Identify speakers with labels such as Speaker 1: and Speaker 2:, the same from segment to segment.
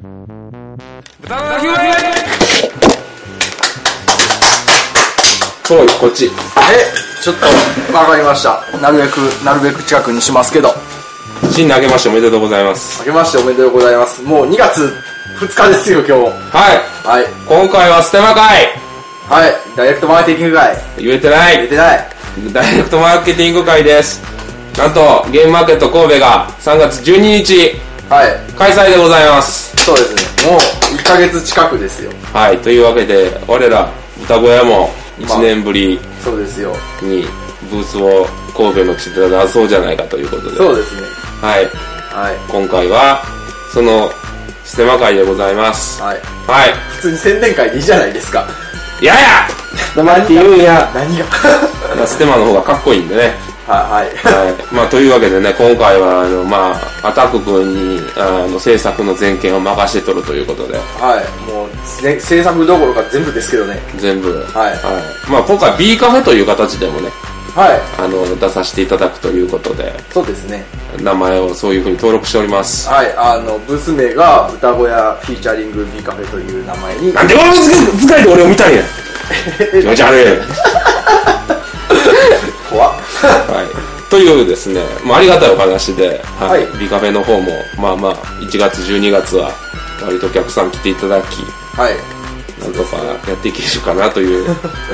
Speaker 1: 豚の鳴き声
Speaker 2: 遠い、こっち。
Speaker 3: え、ちょっと、わかりました。なるべく、なるべく近くにしますけど。
Speaker 2: 新投げましておめでとうございます。
Speaker 3: 明けましておめでとうございます。もう2月2日ですよ、今日。
Speaker 2: はい。
Speaker 3: はい。
Speaker 2: 今回はステマ会
Speaker 3: はい。ダイレクトマーケティング会。
Speaker 2: 言えてな
Speaker 3: 出
Speaker 2: い
Speaker 3: てない。
Speaker 2: ダイレクトマーケティング会です。なんと、ゲームマーケット神戸が3月12日
Speaker 3: はい。
Speaker 2: 開催でございます。
Speaker 3: そうですね。もう1ヶ月近くですよ。
Speaker 2: はい。というわけで、我ら、歌小屋も1年ぶり
Speaker 3: そうですよ。
Speaker 2: にブースを神戸の地で出そうじゃないかということで。
Speaker 3: そうですね。
Speaker 2: はい。
Speaker 3: はい。
Speaker 2: 今回は、その、ステマ会でございます。
Speaker 3: はい。
Speaker 2: はい。
Speaker 3: 普通に宣伝会でいいじゃないですか。
Speaker 2: やや
Speaker 3: 何
Speaker 2: って言うんや。
Speaker 3: 何 が
Speaker 2: ステマの方がかっこいいんでね。
Speaker 3: はい。はい。
Speaker 2: はい。まあ、というわけでね、今回は、あの、まあ、アタック君に、あの、制作の全権を任せとるということで、
Speaker 3: はい。もう、ぜ制作どころか全部ですけどね。
Speaker 2: 全部。
Speaker 3: はい
Speaker 2: はい。まあ、今回 B カフェという形でもね、
Speaker 3: はい。
Speaker 2: あの、出させていただくということで、
Speaker 3: そうですね。
Speaker 2: 名前をそういうふうに登録しております。
Speaker 3: はい。あの、ブース名が歌小屋フィーチャリング B カフェという名前に。
Speaker 2: なんで俺の使いで俺を見たんや気持ち悪い。
Speaker 3: 怖っ
Speaker 2: はい。というですね、まあ、ありがたいお話で、はい。
Speaker 3: は
Speaker 2: B カフェの方も、まあまあ、1月、12月は、割とお客さん来ていただき、
Speaker 3: はい。
Speaker 2: なんとかやっていけるかなという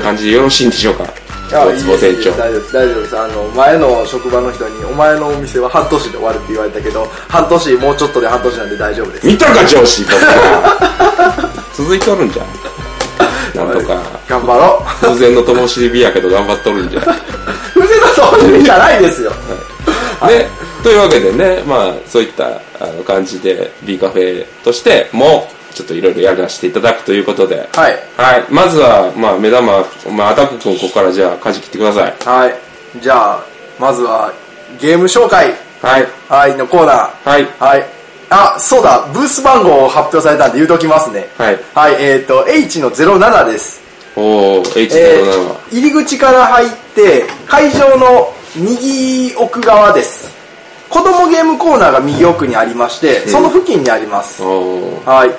Speaker 2: 感じでよろしいんでしょうか
Speaker 3: いやいい
Speaker 2: 大
Speaker 3: です
Speaker 2: 坪店長
Speaker 3: 大丈夫です大丈夫ですあの前の職場の人に「お前のお店は半年で終わる」って言われたけど半年もうちょっとで半年なんで大丈夫です
Speaker 2: 見たか上司続いとるんじゃんなんとか
Speaker 3: 頑張ろう
Speaker 2: 偶然の灯火やけど頑張っとるん じゃん、
Speaker 3: 風船だと無理じゃないですよ
Speaker 2: ねというわけでねまあそういったあの感じで B カフェとしてもちょっといろいろやらせていただくということでは
Speaker 3: はい
Speaker 2: はいまずはまあ目玉まあアタック君ここからじゃあ舵切ってください
Speaker 3: はいじゃあまずはゲーム紹介
Speaker 2: はい
Speaker 3: はいのコーナー
Speaker 2: はい
Speaker 3: はいあそうだブース番号を発表されたんで言うときますね
Speaker 2: はい
Speaker 3: はいえっ、ー、と H の07です
Speaker 2: おお H07
Speaker 3: え
Speaker 2: は、
Speaker 3: ー入り口から入って会場の右奥側です子供ゲームコーナーが右奥にありまして、その付近にあります、
Speaker 2: おー
Speaker 3: はい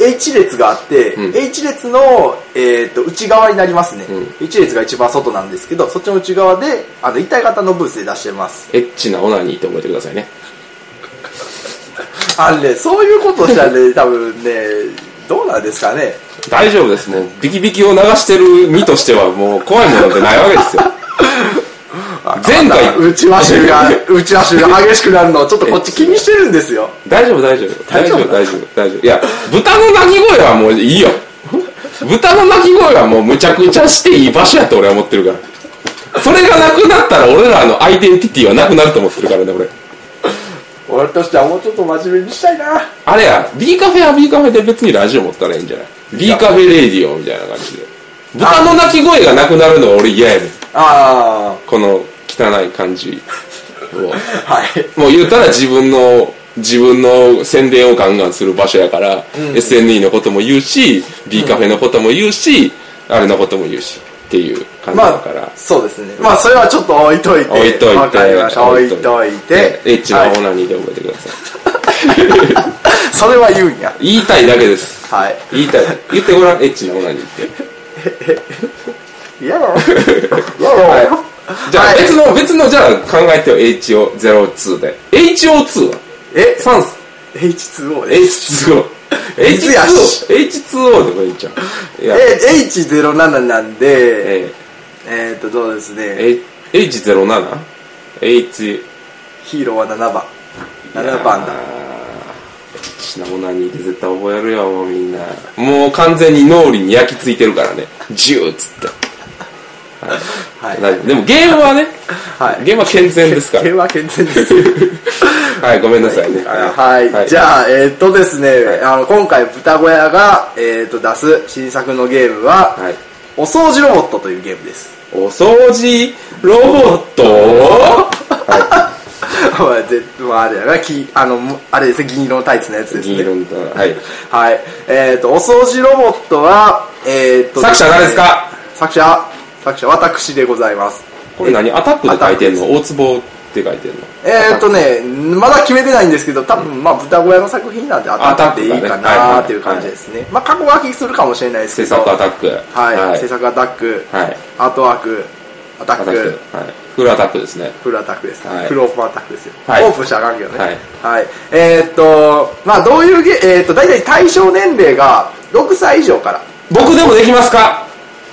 Speaker 3: H 列があって、
Speaker 2: うん
Speaker 3: H 列の、えー、と内側になりますね、H 列が一番外なんですけどそっちの内側であの一体型のブースで出してます
Speaker 2: エッチなオナニーって覚えてくださいね
Speaker 3: あのねそういうことしたら ね多分ねどうなんですかね
Speaker 2: 大丈夫ですもうビキビキを流してる身としてはもう怖いものなんてないわけですよ 前回
Speaker 3: うちわしがうちわしが激しくなるのをちょっとこっち気にしてるんですよ
Speaker 2: 大丈夫大丈夫
Speaker 3: 大丈夫
Speaker 2: 大丈夫大丈夫いや豚の鳴き声はもういい よ豚の鳴き声はもうむちゃくちゃしていい場所やと俺は思ってるからそれがなくなったら俺らのアイデンティティはなくなると思ってるからね俺
Speaker 3: 俺としてはもうちょっと真面目にしたいな
Speaker 2: あれや B カフェは B カフェで別にラジオ持ったらいいんじゃない B カフェレディオみたいな感じで豚の鳴き声がなくなるのは俺嫌やねん
Speaker 3: あ
Speaker 2: この汚い感じを
Speaker 3: あはい
Speaker 2: もう言ったら自分の、自分の宣伝をガンガンする場所やから、SNE のことも言うし、B カフェのことも言うし、あれのことも言うし、っていう感じ
Speaker 3: ま
Speaker 2: だ
Speaker 3: あ
Speaker 2: から。
Speaker 3: そうですねまあそれはちょっと置いといて
Speaker 2: 置いといて。
Speaker 3: わかりました置いといて
Speaker 2: エッチなオ
Speaker 3: はい
Speaker 2: ナニーで覚えてください。
Speaker 3: それは言うんや
Speaker 2: 言いたいだけです。
Speaker 3: はい
Speaker 2: 言いたい。言ってごらん、エッチなオナニーって。
Speaker 3: やろ やろ
Speaker 2: じゃあ
Speaker 3: はい
Speaker 2: 別の、別の、じゃあ考えてよ、HO02 で。HO2 は
Speaker 3: え
Speaker 2: 酸素。
Speaker 3: H2O ね
Speaker 2: H2O。
Speaker 3: 水やし
Speaker 2: H2O。H2O でもいいんちゃういや、
Speaker 3: え H07 なんで
Speaker 2: えー
Speaker 3: えっとそうですね
Speaker 2: H- H07? H...
Speaker 3: ヒーローは7番7番だ
Speaker 2: シナモナニーで絶対覚えるよ、もうみんな。もう完全に脳裏に焼き付いてるからね。ジューっつって。
Speaker 3: はい
Speaker 2: 大丈夫でもゲームはね、
Speaker 3: はい
Speaker 2: ゲームは健全です から。
Speaker 3: は健全ですよ
Speaker 2: はい、ごめんなさいね。
Speaker 3: はい、じゃあ、えーっとですね、
Speaker 2: い
Speaker 3: あの今回豚小屋が、えーっと出す新作のゲームは、
Speaker 2: はい。
Speaker 3: お掃除ロボットというゲームです。
Speaker 2: お掃除ロボット
Speaker 3: まあでまあ、あれやな、きあの、もあれですね、銀色のタイツのやつです
Speaker 2: 銀
Speaker 3: ね。
Speaker 2: 色の、はい。
Speaker 3: はい。えっ、と、お掃除ロボットは、えっ、と、
Speaker 2: 作者誰ですか
Speaker 3: 作者、作者、私でございます。
Speaker 2: これ何アタックで書いてんの大坪って書いてるの
Speaker 3: えーっとね、まだ決めてないんですけど、多分まあ豚小屋の作品なんで当たっていいか
Speaker 2: 当たっていいか
Speaker 3: な
Speaker 2: ね
Speaker 3: っていう感じですね。まあ過去書きするかもしれないですけ
Speaker 2: 制
Speaker 3: ど。
Speaker 2: 作アタック
Speaker 3: はい、
Speaker 2: はい
Speaker 3: 制作アタック、
Speaker 2: はい
Speaker 3: アートワーク、アタ
Speaker 2: ア
Speaker 3: ッ
Speaker 2: タ
Speaker 3: ク、
Speaker 2: ックはいフルアタックですね
Speaker 3: フルアタックですね、
Speaker 2: はい
Speaker 3: フルオープンアタックですよ。
Speaker 2: はい
Speaker 3: オープンしたらあかんけどね。
Speaker 2: はい
Speaker 3: はいえーっと、まあどういうゲ、えーっと、大体対象年齢が6歳以上から
Speaker 2: 僕でもできますか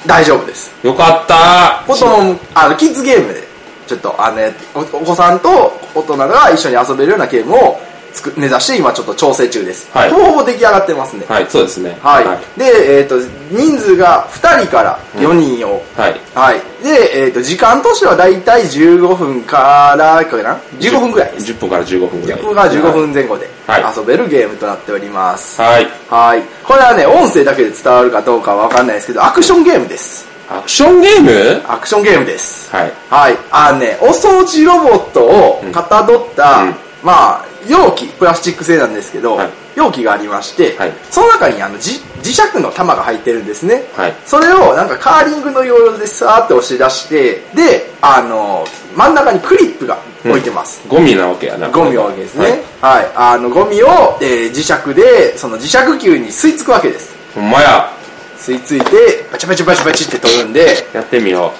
Speaker 3: 大丈夫です。
Speaker 2: よかった
Speaker 3: 子供、あの、キッズゲームで、ちょっと、あの、ね、おお子さんと大人が一緒に遊べるようなゲームを作目指して、今ちょっと調整中です。
Speaker 2: はい
Speaker 3: ほぼほぼ出来上がってますね。
Speaker 2: はいそうですね
Speaker 3: はい。で、えっ、と、人数が2人から4人を。
Speaker 2: はい
Speaker 3: はい。で、えっ、と、時間としてはだいたい15分から、かな ?15 分ぐらいです。
Speaker 2: 10分から15分ぐらい
Speaker 3: 10分から15分前後で
Speaker 2: はい
Speaker 3: 遊べるゲームとなっております。
Speaker 2: はい
Speaker 3: はい。これはね、音声だけで伝わるかどうかはわかんないですけど、アクションゲームです。
Speaker 2: アクションゲーム
Speaker 3: アクションゲームです。
Speaker 2: はい
Speaker 3: はい。あのね、お掃除ロボットをかたどった、
Speaker 2: うん
Speaker 3: まあ、容器、プラスチック製なんですけど、
Speaker 2: はい
Speaker 3: 容器がありまして、
Speaker 2: はい
Speaker 3: その中にあのじ磁石の玉が入ってるんですね。
Speaker 2: はい
Speaker 3: それをなんかカーリングの要領でさーって押し出して、で、あの、真ん中にクリップが置いてます。
Speaker 2: ゴミなわけやな
Speaker 3: ゴミをわけですね。はい。あの、ゴミを、えー磁石で、その磁石球に吸い付くわけです。
Speaker 2: ほんまや
Speaker 3: 吸い付いて、バチバチバチバチって取るんで、
Speaker 2: やってみよ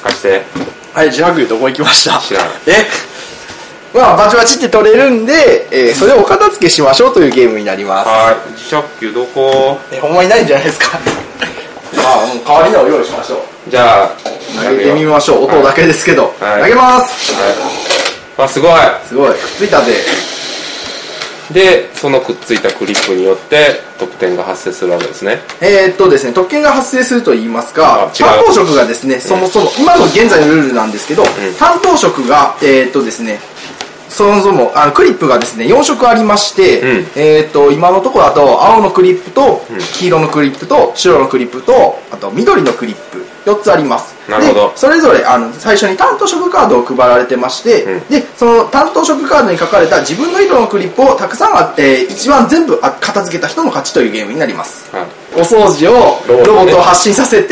Speaker 2: う貸して
Speaker 3: はい、自白どこ行きました
Speaker 2: 知らん
Speaker 3: えまあ、バチバチって取れるんで、えーそれをお片付けしましょうというゲームになります。
Speaker 2: はい磁石球どこ
Speaker 3: え、ほんまにないんじゃないですか。まあ、もう代わりのを用意しましょう。
Speaker 2: じゃあ
Speaker 3: 投げてみましょう。
Speaker 2: はい
Speaker 3: 音だけですけど。
Speaker 2: はい
Speaker 3: 投げます。
Speaker 2: あすごい
Speaker 3: すごい。くっついたぜ。
Speaker 2: でそのくっついたクリップによって得点が発生するわけですね
Speaker 3: えーっとですね、特権が発生すると言います
Speaker 2: あ
Speaker 3: か、
Speaker 2: 違う
Speaker 3: 担当職がですね、そもそも、今の現在のルールなんですけど、担当職が、えーっとですね、そもそも、あの、クリップがですね、4色ありまして、
Speaker 2: うん
Speaker 3: えーっと、今のところだと、青のクリップと、黄色のクリップと、白のクリップと、あと、緑のクリップ、4つあります。
Speaker 2: なるほど
Speaker 3: でそれぞれ、あの、最初に担当色カードを配られてまして、
Speaker 2: ん
Speaker 3: で、その担当色カードに書かれた自分の色のクリップをたくさんあ、えー一番全部あ片付けた人の勝ちというゲームになります。
Speaker 2: はい
Speaker 3: お掃除を
Speaker 2: ロボットね
Speaker 3: ロボットを発信させて、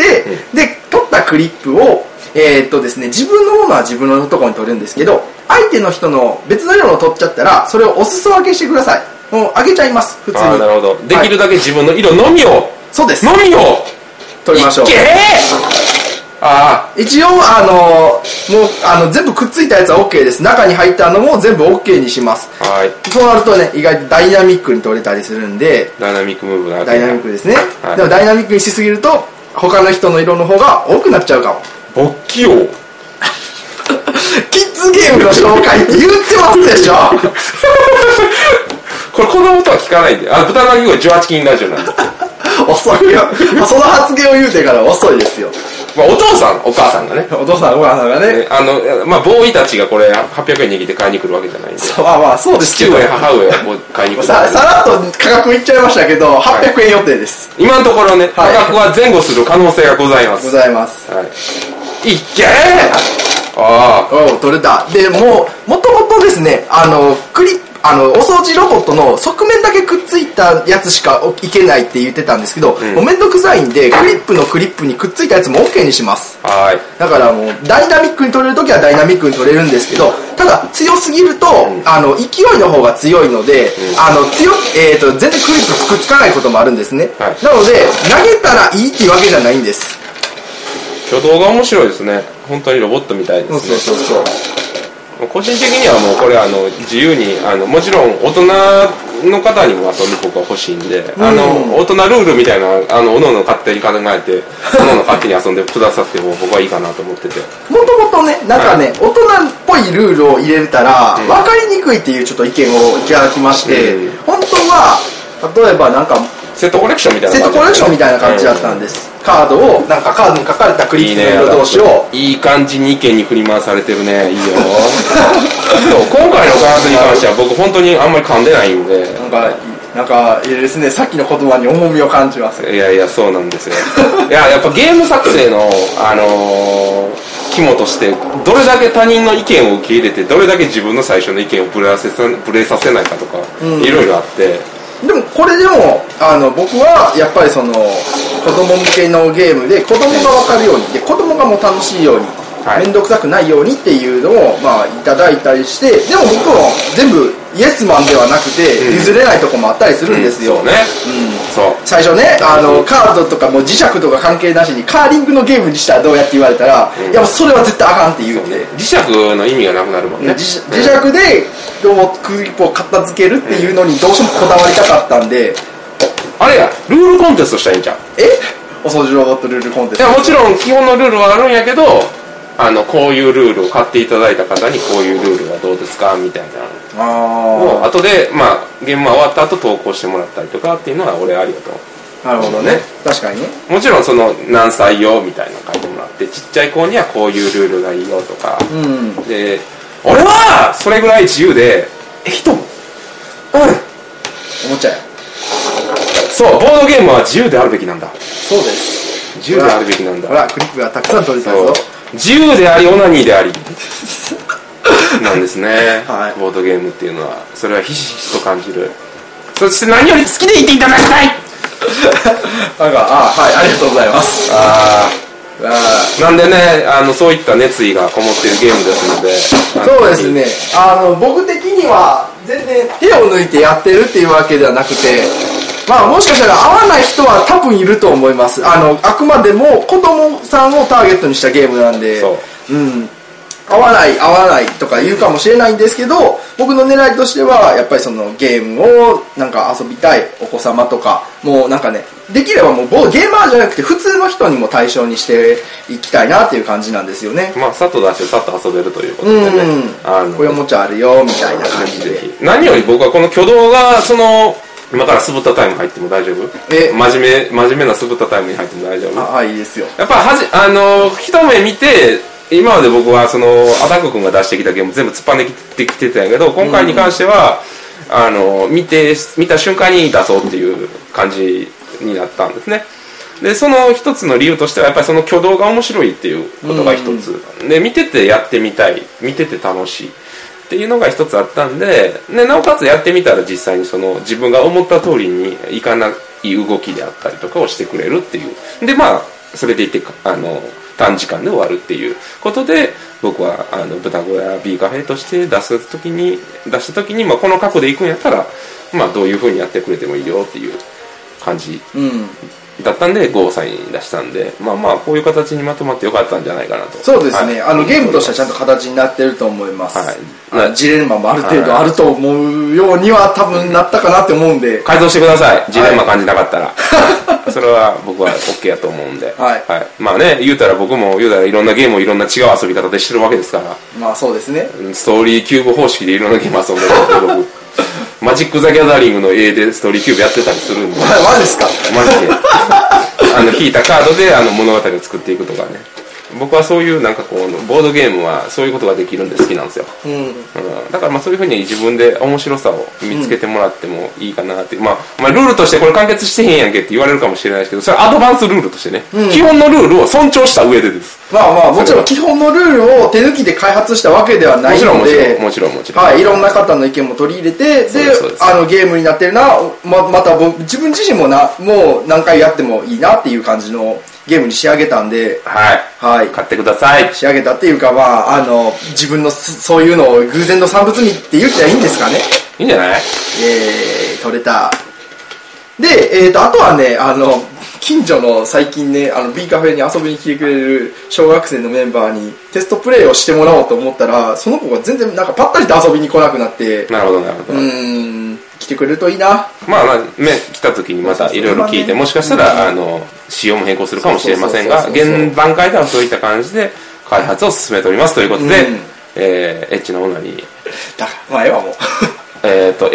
Speaker 3: で取ったクリップをえーっとですね自分のものは自分のところに取るんですけど相手の人の別の色を取っちゃったらそれをお裾分けしてくださいもうあげちゃいます普通に
Speaker 2: ああなるほどできる
Speaker 3: はい
Speaker 2: だけ自分の色のみを
Speaker 3: そうです
Speaker 2: のみを
Speaker 3: 取りましょう
Speaker 2: いけあ
Speaker 3: 一応あのーもうあの全部くっついたやつは OK です中に入ったのも全部 OK にします
Speaker 2: あはい
Speaker 3: そうなるとね意外とダイナミックに取れたりするんで
Speaker 2: ダイナミックムーブなわけ
Speaker 3: ダ
Speaker 2: だ
Speaker 3: イナミックですね、
Speaker 2: はい
Speaker 3: でもダイナミックにしすぎると他の人の色の方が多くなっちゃうかも
Speaker 2: 勃起王
Speaker 3: キッズゲームの紹介って言ってますでしょ
Speaker 2: これ子供とは聞かないんであ豚の鳴き声18禁ラジオなんで
Speaker 3: 遅いよ。その発言を言うてから遅いですよ。
Speaker 2: まあお父さんお母さんがね
Speaker 3: お父さん、お母さんがね。
Speaker 2: ねあのまあボーイたちがこれ800円握って買いに来るわけじゃないんで
Speaker 3: まあまあ、そうですけ
Speaker 2: 父
Speaker 3: ど。
Speaker 2: 上母上はこう買いに来る
Speaker 3: ささらっと価格言っちゃいましたけど、
Speaker 2: い
Speaker 3: 800円予定です。
Speaker 2: 今のところね、価
Speaker 3: はい
Speaker 2: 格は前後する可能性がございま
Speaker 3: ご
Speaker 2: す。
Speaker 3: ざいます。
Speaker 2: はい。いっけーあ
Speaker 3: おう取れた。で、もう、もともとですね、あの、クリップ、あの、お掃除ロボットの側面だけくっついたやつしかいけないって言ってたんですけど、もうめんどくさいんで、クリップのクリップにくっついたやつも OK にします。
Speaker 2: あ。はーい。
Speaker 3: だからもうダイナミックに取れるときはダイナミックに取れるんですけどただ強すぎると、あの勢いの方が強いので、あの強えー、と全然クリップくっつかないこともあるんですね、
Speaker 2: はい
Speaker 3: なので投げたらいいっていうわけじゃないんです
Speaker 2: 挙動が面白いですね。本当にロボットみたいですね。
Speaker 3: そうそう
Speaker 2: 個人的にはもうこれあの、自由に、あの、もちろん大人の方にも遊んで僕は欲しいんで、あの、大人ルールみたいな、あの、おのの勝手に考え て、おのの勝手に遊んでくださっても僕はいいかなと思ってて。
Speaker 3: もともとねなんかね、大人っぽいルールを入れたら、分かりにくいっていうちょっと意見をいただきまして、
Speaker 2: うん
Speaker 3: 本当は例えばなんか
Speaker 2: セットコレクションみたいな
Speaker 3: セットコレクションみたいな感じだっ
Speaker 2: ん
Speaker 3: たんです、カードをなんかカードに書かれたク
Speaker 2: い
Speaker 3: リッ
Speaker 2: い
Speaker 3: プの
Speaker 2: ね
Speaker 3: 色同士を
Speaker 2: いい感じに意見に振り回されてるねいい よでも今回のカードに関しては僕本当にあんまり噛んでないんで
Speaker 3: なんか、なんか、いいですね、さっきの言葉に重みを感じます。
Speaker 2: いやいやそうなんですよ いややっぱゲーム作成のあのー肝としてどれだけ他人の意見を受け入れてどれだけ自分の最初の意見をブレさせブレさせないかとか、いろいろあって
Speaker 3: でも、これでも、あの、僕は、やっぱりその、子供向けのゲームで、子供がわかるように、で、子供がもう楽しいように、
Speaker 2: はい
Speaker 3: 面倒くさくないようにっていうのを、まあ、いただいたりして、でも僕は全部イエスマンではなくて、譲れないとこもあったりするんですよ。
Speaker 2: そうね。そう。
Speaker 3: 最初ねあのカードとかも磁石とか関係なしにカーリングのゲームにしたらどうやって言われたら、いやもうそれは絶対あかんって言うて、
Speaker 2: 磁石の意味がなくなるもんね。
Speaker 3: 磁石磁石でロボットクリップを片付けるっていうのにどうしてもこだわりたかったんで
Speaker 2: あれや、ルールコンテストしたらいいんじゃん。
Speaker 3: えお掃除ロボットルールコンテス
Speaker 2: いや、
Speaker 3: ト
Speaker 2: もちろん基本のルールはあるんやけど、あの、こういうルールを買っていただいた方にこういうルールはどうですかみたいなのを、
Speaker 3: あ
Speaker 2: 後で、まあ、現場終わった後投稿してもらったりとかっていうのは俺ありがと
Speaker 3: あなるほどね確かにね
Speaker 2: う。もちろんその、何歳よみたいなの書いてもらって、ちっちゃい子にはこういうルールがいいよとか、
Speaker 3: うん
Speaker 2: で、俺はそれぐらい自由で、え、人も
Speaker 3: おもちゃや
Speaker 2: そう、ボードゲームは自由であるべきなんだ。
Speaker 3: そうです
Speaker 2: 自由であるべきなんだ
Speaker 3: ほ。らクリップがたくさん取れた
Speaker 2: そう
Speaker 3: ぞ
Speaker 2: 自由でありオナニーで ありなんですね、
Speaker 3: はい
Speaker 2: ボードゲームっていうのはそれはひしひしと感じるそして何より好きでいていただきたい
Speaker 3: なんかあはいありがとうございます
Speaker 2: あ
Speaker 3: あ
Speaker 2: ーなんでねあのそういった熱意がこもってるゲームですので
Speaker 3: そうですねあの僕的には全然手を抜いてやってるっていうわけではなくてまあもしかしたら合わない人は多分いると思いますあのあくまでも子供さんをターゲットにしたゲームなんで
Speaker 2: そ
Speaker 3: うん合わない合わないとか言うかもしれないんですけど僕の狙いとしてはやっぱりそのゲームをなんか遊びたいお子様とかもうなんかねできればもうボーゲーマーじゃなくて普通の人にも対象にしていきたいなっていう感じなんですよね
Speaker 2: まあさっと出してさっと遊べるということでね、
Speaker 3: うん
Speaker 2: あの
Speaker 3: こういうおもちゃあるよみたいな感じ
Speaker 2: ぜ
Speaker 3: で
Speaker 2: ひ何より僕はこの挙動がその今から酢豚タイム入っても大丈夫
Speaker 3: え
Speaker 2: 真面目真面目な酢豚タイムに入っても大丈夫
Speaker 3: ああいいですよ
Speaker 2: やっぱはじ、あのー一目見て、今まで僕はその、アタック君が出してきたゲーム全部突っ張んできてきてたんやけど、今回に関しては、あのー見て、見た瞬間に出そうっていう感じになったんですね。で、その一つの理由としては、やっぱりその挙動が面白いっていうことが一つ。で、見ててやってみたい。見てて楽しい。っていうのが一つあったんで、で、なおかつやってみたら実際にその自分が思った通りにいかない動きであったりとかをしてくれるっていう。で、まあ、それでいて、あの、短時間で終わるっていうことで、僕は、あの、豚小屋 B カフェとして出すときに、出したときに、まあ、この過去で行くんやったら、まあ、どういう風にやってくれてもいいよっていう感じ
Speaker 3: うん
Speaker 2: だったんで、ゴーサイン出したんで、まあまあ、こういう形にまとまってよかったんじゃないかなと。
Speaker 3: そうですね、
Speaker 2: はい
Speaker 3: あのゲームとしてはちゃんと形になってると思います、
Speaker 2: はい
Speaker 3: あのジレンマもある程度あると思うようには多分なったかなって思うんで、
Speaker 2: 改造してください。ジレンマ感じなかったら。 それは僕は OK やと思うんで。
Speaker 3: はい
Speaker 2: まあね、言うたら僕も言うたらいろんなゲームをいろんな違う遊び方でしてるわけですから、
Speaker 3: まあそうですね
Speaker 2: うんストーリーキューブ方式でいろんなゲーム遊んでるんで 僕、マジック・ザ・ギャザリングの A でストーリーキューブやってたりするんで、マ
Speaker 3: まマジですか
Speaker 2: ジ で。あの、引いたカードであの物語を作っていくとかね。僕はそういうなんかこう、ボードゲームはそういうことができるんで好きなんですよ。
Speaker 3: うん
Speaker 2: うんだからまあそういうふうに自分で面白さを見つけてもらってもいいかなって、まあ、まあルールとしてこれ完結してへんやんけって言われるかもしれないですけどそれはアドバンスルールとしてね、基本のルールを尊重した上でです
Speaker 3: まあまあもちろん基本のルールを手抜きで開発したわけではな
Speaker 2: も
Speaker 3: い
Speaker 2: ちろん
Speaker 3: の
Speaker 2: もちろ
Speaker 3: で
Speaker 2: んもちろんもちろん
Speaker 3: はい、いろんな方の意見も取り入れて、で
Speaker 2: うですそうで、す
Speaker 3: あの、ゲームになってるな、ま、また僕、自分自身もな、もう何回やってもいいなっていう感じのゲームに仕上げたんで、
Speaker 2: はい、
Speaker 3: はい
Speaker 2: 買ってください
Speaker 3: 仕上げたっていうか、まあ、あの、自分のそそういうのを偶然の産物にって言っちゃいいんですかね。
Speaker 2: いいんじゃない
Speaker 3: えー、取れた。で、えーと、あとはね、あの、近所の最近ね、あの、B カフェに遊びに来てくれる小学生のメンバーにテストプレイをしてもらおうと思ったら、その子が全然なんかパッタリと遊びに来なくなって、
Speaker 2: なるほどなるほど、
Speaker 3: うーん、来てくれるといいな。
Speaker 2: まあまあね来た時にまたいろいろ聞いてもしかしたらあの仕様も変更するかもしれませんが
Speaker 3: そうそうそうそうそう
Speaker 2: 現段階ではそういった感じで開発を進めておりますということで、
Speaker 3: うん
Speaker 2: えーエッチな女に
Speaker 3: だから、まあ、ええわ、もう。
Speaker 2: えっ、と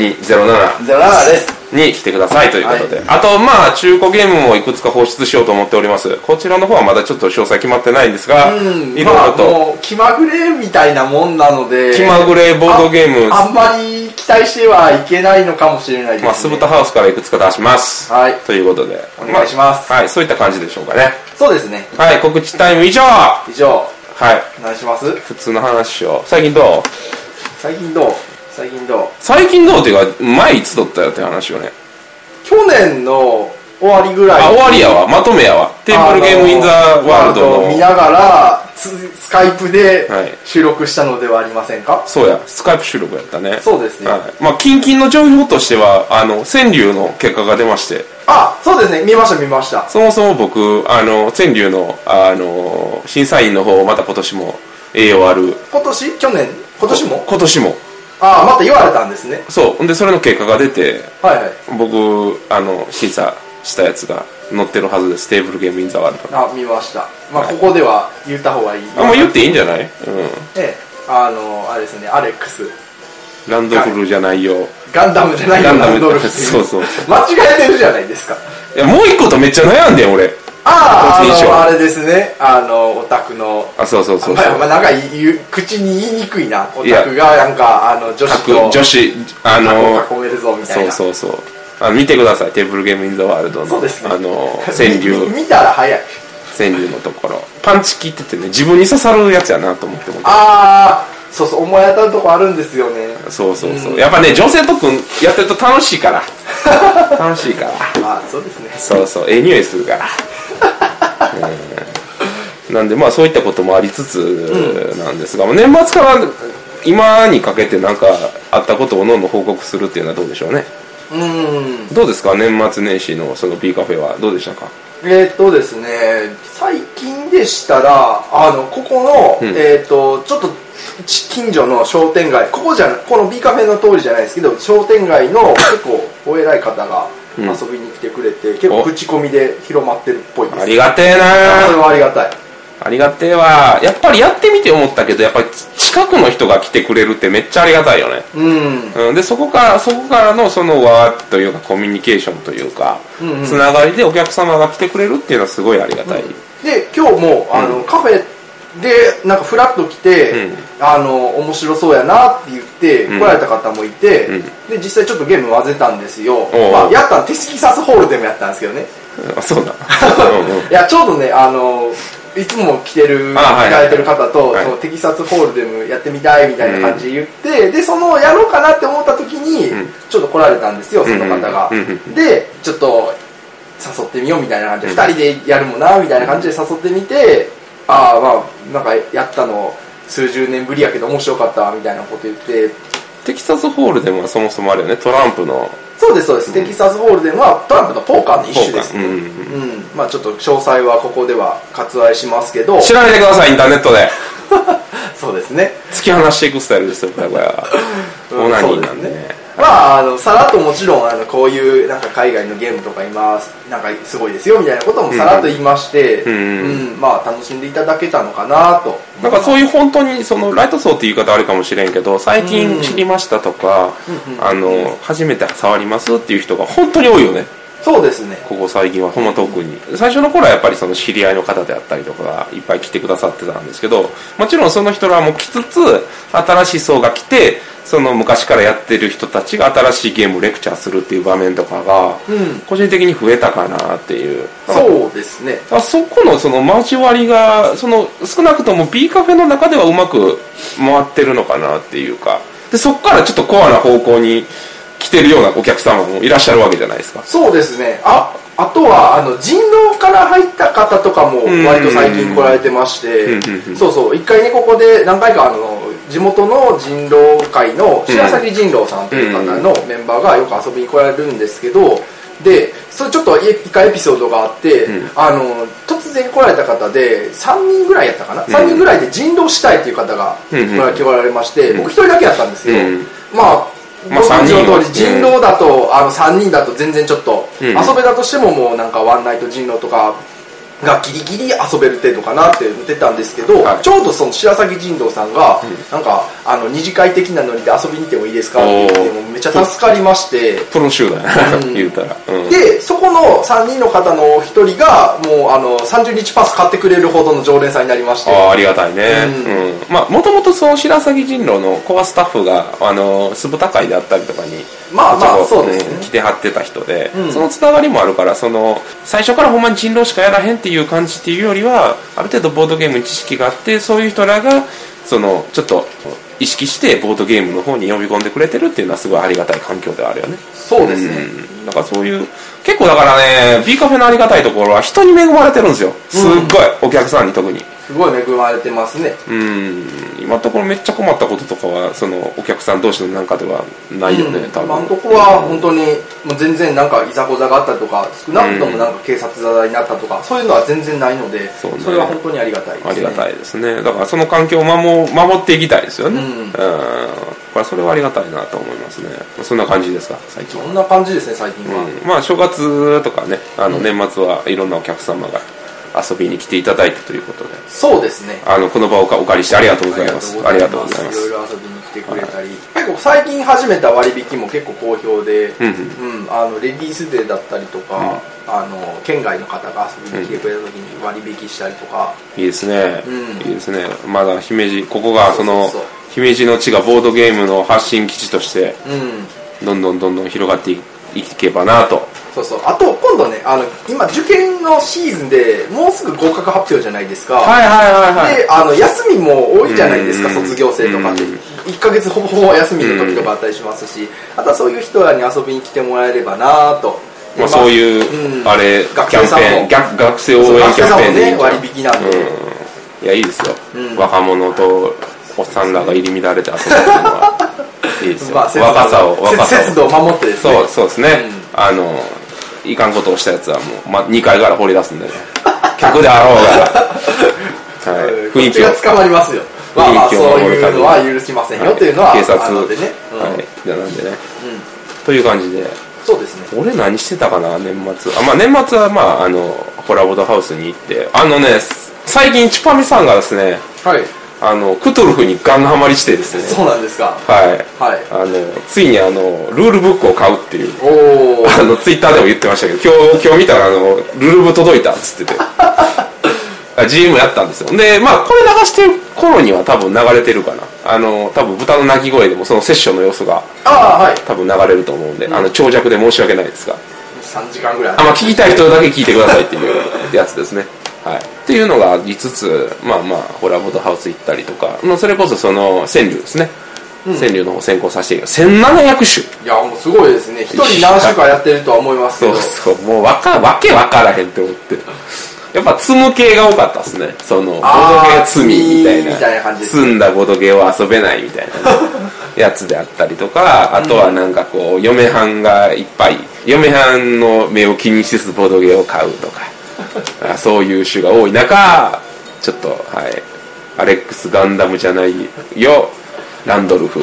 Speaker 2: H0207
Speaker 3: じゃあ、です。
Speaker 2: に来てくださいということで、あとまあ中古ゲームもいくつか放出しようと思っておりますこちらの方はまだちょっと詳細決まってないんですが、
Speaker 3: うん、
Speaker 2: いろいろ
Speaker 3: まあ、
Speaker 2: と
Speaker 3: もう、気まぐれみたいなもんなので。
Speaker 2: 気まぐれボードゲーム
Speaker 3: ああんまり期待してはいけないのかもしれないです、ね。
Speaker 2: まあ、酢豚ハウスからいくつか出します。
Speaker 3: はい
Speaker 2: ということで。お
Speaker 3: 願いします
Speaker 2: はい、そういった感じでしょうかね。
Speaker 3: そうですね。
Speaker 2: はい、告知タイム以上は
Speaker 3: 以上、
Speaker 2: い、
Speaker 3: お願いします。
Speaker 2: 普通の話を。最近どう
Speaker 3: 最近どう最近どう
Speaker 2: 最近どうっていうか、前いつ撮ったよって話よね。
Speaker 3: 去年の終わりぐらい
Speaker 2: あ、終わりやわ。まとめやわ。テーブルゲームインザワールド
Speaker 3: を見
Speaker 2: の。
Speaker 3: ながら、ススカイプで
Speaker 2: はい
Speaker 3: 収録したのではありませんか、
Speaker 2: そうや、スカイプ収録やったね。
Speaker 3: そうですね
Speaker 2: はい。まあ、近々の情報としては、あの、川柳の結果が出まして、
Speaker 3: あそうですね見ました見ました
Speaker 2: そもそも僕、あの、川柳の、あの、審査員の方、また今年も、栄養ある。
Speaker 3: 今年去年今年も
Speaker 2: 今年も。
Speaker 3: ああまた言われたんですね
Speaker 2: そう。んで、それの結果が出て、
Speaker 3: はいはい
Speaker 2: 僕、あの、審査したやつが載ってるはずです。テーブルゲームインザワールド。
Speaker 3: あ見ましたまあここでは言った方がいい
Speaker 2: あんま言っていいんじゃないうん。
Speaker 3: ええあのあれですねアレックス
Speaker 2: ランドフルじゃないよ。
Speaker 3: ガンダムじゃないよ
Speaker 2: ガンダム
Speaker 3: ランドルフってい
Speaker 2: そうそう
Speaker 3: 間違えてるじゃないですか
Speaker 2: いや、もう一個とめっちゃ悩んでん、俺。
Speaker 3: ああ
Speaker 2: 一
Speaker 3: あ
Speaker 2: 緒
Speaker 3: のあれですねあのオタクの
Speaker 2: あ、そうそうそうそう。
Speaker 3: まあまあなんか言う口に言いにくいなオ
Speaker 2: いや
Speaker 3: タクがなんかあの女子
Speaker 2: 各
Speaker 3: と
Speaker 2: 女子、あの、
Speaker 3: 囲めるぞみたい
Speaker 2: そう
Speaker 3: な
Speaker 2: そうそうあ見てくださいテーブルゲームインザワールドの
Speaker 3: そうですね
Speaker 2: あの川
Speaker 3: 見
Speaker 2: 柳
Speaker 3: 見たら早い
Speaker 2: 川柳のところパンチ切っててね自分に刺さるやつやなと思っても
Speaker 3: ああそうそう思い当たるとこあるんですよね
Speaker 2: そうそうそう、やっぱね女性とくんやってると楽しいから 楽しいから
Speaker 3: ああそうですね
Speaker 2: そうそうええ匂いするからうんなんでまあそういったこともありつつなんですが、もう年末から今にかけてなんかあったことをどんどん報告するっていうのはどうでしょうね
Speaker 3: うん
Speaker 2: どうですか年末年始のその B カフェはどうでしたか
Speaker 3: えーっとですね最近でしたらあのここの、
Speaker 2: ん
Speaker 3: えーっとちょっとち近所の商店街ここじゃこの B カフェの通りじゃないですけど商店街の結構お偉い方が
Speaker 2: ん
Speaker 3: 遊びに来てくれて、結
Speaker 2: お
Speaker 3: 構口コミで広まってるっぽいです
Speaker 2: ありがてえな
Speaker 3: それはありがたい
Speaker 2: ありがてえわやっぱりやってみて思ったけどやっぱり近くの人が来てくれるってめっちゃありがたいよね、
Speaker 3: うん
Speaker 2: うん、でそこからそこからのその輪というかコミュニケーションというか、つながりでお客様が来てくれるっていうのはすごいありがたい、
Speaker 3: で今日もあの、カフェでなんかフラッと来て、
Speaker 2: うん
Speaker 3: あの面白そうやなって言って
Speaker 2: うん
Speaker 3: 来られた方もいて、
Speaker 2: ん
Speaker 3: で実際ちょっとゲーム混ぜたんですよ、
Speaker 2: おう
Speaker 3: まあ、やったんテキサスホールでもやったんですけどね、
Speaker 2: あそうだうんうん
Speaker 3: いやちょうどねあのいつも来てる、
Speaker 2: あはい
Speaker 3: 行かれてる方と、
Speaker 2: はい
Speaker 3: そのテキサスホールでもやってみたいみたいな感じで言って、で、そのやろうかなって思った時に、
Speaker 2: ん
Speaker 3: ちょっと来られたんですよ、その方が。
Speaker 2: うんうんうん
Speaker 3: で、ちょっと誘ってみようみたいな感じで、二人でやるもんな、みたいな感じで誘ってみて、ああ、まあ、なんかやったの数十年ぶりやけど面白かったわ、みたいなこと言って、
Speaker 2: テキサスホールでもそもそもあるよねトランプの
Speaker 3: そうです、そうです。テキサスホールでは、トランプのポーカーの一種ですね。
Speaker 2: ポーカーうん
Speaker 3: うんまあちょっと詳細はここでは割愛しますけど、
Speaker 2: 調べてくださいインターネットで
Speaker 3: そうですね。
Speaker 2: 突き放していくスタイルですよこれは
Speaker 3: うん
Speaker 2: オナニーなんで
Speaker 3: そう
Speaker 2: ね
Speaker 3: すまあ、あの、さらっともちろん、あの、こういう、なんか海外のゲームとか今、なんかすごいですよ、みたいなこともさらっと言いまして、
Speaker 2: うん
Speaker 3: うんまあ、楽しんでいただけたのかなと。
Speaker 2: なんかそういう本当にそのライト層っていう言い方あるかもしれんけど最近知りましたとか、あの初めて触りますっていう人が本当に多いよね
Speaker 3: そうですね。
Speaker 2: ここ最近はほんま特に最初の頃はやっぱりその知り合いの方であったりとかがいっぱい来てくださってたんですけどもちろんその人らも来つつ新しい層が来てその昔からやってる人たちが新しいゲームをレクチャーするっていう場面とかが
Speaker 3: うん
Speaker 2: 個人的に増えたかなっていう
Speaker 3: そうですね。
Speaker 2: あそこのその交わりがその少なくとも B カフェの中ではうまく回ってるのかなっていうかでそこからちょっとコアな方向に来てるようなお客様もいらっしゃるわけじゃないですか
Speaker 3: そうですね。あ、あとは、あの、人狼から入った方とかも、割と最近来られてまして
Speaker 2: うんうんう、ん
Speaker 3: そうそう、一回ね、ここで何回か、あの、地元の人狼会の白崎人狼さんという方のメンバーがよく遊びに来られるんですけど、で、それちょっとい一回エピソードがあって、あの、突然来られた方で、3人ぐらいやったかな、三 ?3 人ぐらいで人狼したいという方が
Speaker 2: うんうん
Speaker 3: 来ら来られまして、僕一人だけやったんですよ
Speaker 2: うん。
Speaker 3: まあ、
Speaker 2: まあ
Speaker 3: ご存知の通り
Speaker 2: 三人は
Speaker 3: 人狼だと、あの3人だと全然ちょっと、
Speaker 2: うん
Speaker 3: 遊べたとしてももうなんかワンナイト人狼とかがギリギリ遊べる程度かなって思ってたんですけど、
Speaker 2: はい
Speaker 3: ちょうどその白崎人狼さんが、なんかあの二次会的なノリで遊びに行ってもいいですかって言って
Speaker 2: おー
Speaker 3: もうめっちゃ助かりまして、
Speaker 2: プロ集団やな
Speaker 3: うん
Speaker 2: 言うたら、うん、
Speaker 3: でそこの3人の方の1人がもうあの30日パス買ってくれるほどの常連さんになりまして
Speaker 2: ああありがたいね
Speaker 3: う
Speaker 2: うん、まあもともとその白鷺人狼のコアスタッフがあの酢豚会であったりとかに
Speaker 3: まあま
Speaker 2: ち
Speaker 3: あ
Speaker 2: ょこ
Speaker 3: そうですね
Speaker 2: ん来てはってた人で、
Speaker 3: ん
Speaker 2: そのつながりもあるからその最初からほんまに人狼しかやらへんっていう感じっていうよりはある程度ボードゲームに知識があってそういう人らがそのちょっと意識してボードゲームの方に呼び込んでくれてるっていうのはすごいありがたい環境ではあるよね
Speaker 3: そうですね、
Speaker 2: うんだからそういう結構だからね B カフェのありがたいところは人に恵まれてるんですよすっごい、お客さんに特に
Speaker 3: すごい恵まれてますね。
Speaker 2: うん今のところめっちゃ困ったこととかはそのお客さん同士のなんかではないよね、
Speaker 3: うん
Speaker 2: 多分
Speaker 3: 今のところは本当にもう全然なんかいざこざがあったとか少なくともなんか警察沙汰になったとか、そういうのは全然ないので
Speaker 2: そ
Speaker 3: そう
Speaker 2: ね
Speaker 3: れは本当にありがたいです、ね、
Speaker 2: ありがたいですねだからその環境を守守っていきたいですよねう
Speaker 3: うんん
Speaker 2: だからそれはありがたいなと思いますねそんな感じですか最近は
Speaker 3: そんな感じですね最近は、
Speaker 2: うんまあ正月とかねあの年末はいろんなお客様が遊びに来ていただいてということで
Speaker 3: そうですね
Speaker 2: あのこの場をお借りしてありがとうございますありがとうございま
Speaker 3: い
Speaker 2: す
Speaker 3: ろいろ遊びに来てくれたり、結構最近始めた割引も結構好評で、
Speaker 2: うん
Speaker 3: うんあのレディースデーだったりとか、あの県外の方が遊びに来てくれた時に割引したりとか、
Speaker 2: いいですね、
Speaker 3: うん
Speaker 2: いいですねまだ姫路ここがその
Speaker 3: そうそうそう
Speaker 2: 姫路の地がボードゲームの発信基地として
Speaker 3: うん、
Speaker 2: どんどんどんどん広がっていいけばなと
Speaker 3: そうそうあと今度ねあの今受験のシーズンでもうすぐ合格発表じゃないですか、
Speaker 2: いはい
Speaker 3: であの休みも多いじゃないですか、
Speaker 2: うん
Speaker 3: 卒業生とかって、
Speaker 2: うん
Speaker 3: 1ヶ月ほぼほぼ休みの時とかあったりしますし、あとはそういう人らに遊びに来てもらえればなと、
Speaker 2: まあ、そういう、あれキャン
Speaker 3: 学生さんも
Speaker 2: ペーン学学生応
Speaker 3: そう
Speaker 2: 援
Speaker 3: 学
Speaker 2: キ
Speaker 3: 生
Speaker 2: ャ
Speaker 3: さ
Speaker 2: ン
Speaker 3: ん
Speaker 2: ペ
Speaker 3: も
Speaker 2: ーンでいい
Speaker 3: ね
Speaker 2: んちゃう
Speaker 3: 割引なんで、
Speaker 2: うんいやいいですよ、
Speaker 3: ん
Speaker 2: 若者とおっさんらが入り乱れて遊ぶっていうのはいいですよ、
Speaker 3: まあ、節度
Speaker 2: 若さを若さ
Speaker 3: 節
Speaker 2: を
Speaker 3: 節度を守ってですね
Speaker 2: そうそうですね、あのいかんことをしたやつはもう、ま、2階から放り出すんでね客であろう が、はい
Speaker 3: うん、
Speaker 2: 雰囲気を
Speaker 3: こっちが捕まりますよまあまあ
Speaker 2: 雰囲
Speaker 3: そ
Speaker 2: 気を
Speaker 3: う
Speaker 2: 守
Speaker 3: い
Speaker 2: る
Speaker 3: うのは許しませんよというのは、
Speaker 2: 警察
Speaker 3: あのでね、うん
Speaker 2: はいじゃあなんでね、という感じで
Speaker 3: そうですね
Speaker 2: 俺何してたかな年末あまあ年末はまああのホラボードハウスに行ってあのね最近チュパミさんがですね
Speaker 3: はい
Speaker 2: あのクトゥルフにガンハマりしてですね
Speaker 3: そうなんですか
Speaker 2: はい
Speaker 3: はい
Speaker 2: あのついにあのルールブックを買うっていう
Speaker 3: おお
Speaker 2: あのツイッターでも言ってましたけど今日今日見たらあのルールブ届いたっつっててあ GM やったんですよでまあこれ流してる頃には多分流れてるかなあの多分豚の鳴き声でもそのセッションの様子が
Speaker 3: ああはい
Speaker 2: 多分流れると思うんで、あの長尺で申し訳ないですが
Speaker 3: 3時間ぐらい
Speaker 2: あ、まあ、聞きたい人だけ聞いてくださいっていうやつですね。 はい。っていうのがありつつ、まあまあ、ホラーボードハウス行ったりとか、まあ、それこそその、川柳ですね。川柳の方先行させていただきます、1700
Speaker 3: いやもうすごいですね一人何週間やってるとは思いますけ
Speaker 2: 種。
Speaker 3: ど
Speaker 2: そうそう、もうわか、わけわからへんって思って。やっぱ積む系が多かったですね。その、ボドゲ
Speaker 3: あー
Speaker 2: ー積みみたいな。
Speaker 3: 積みみたいな感じですね
Speaker 2: 積んだボドゲーを遊べないみたいなね、やつであったりとか、あとはなんかこう、嫁はんがいっぱい、嫁はんの目を気にしつつボドゲーを買うとか、あそういう種が多い中、ちょっと、はい、アレックス・ガンダムじゃないよ、ランドルフ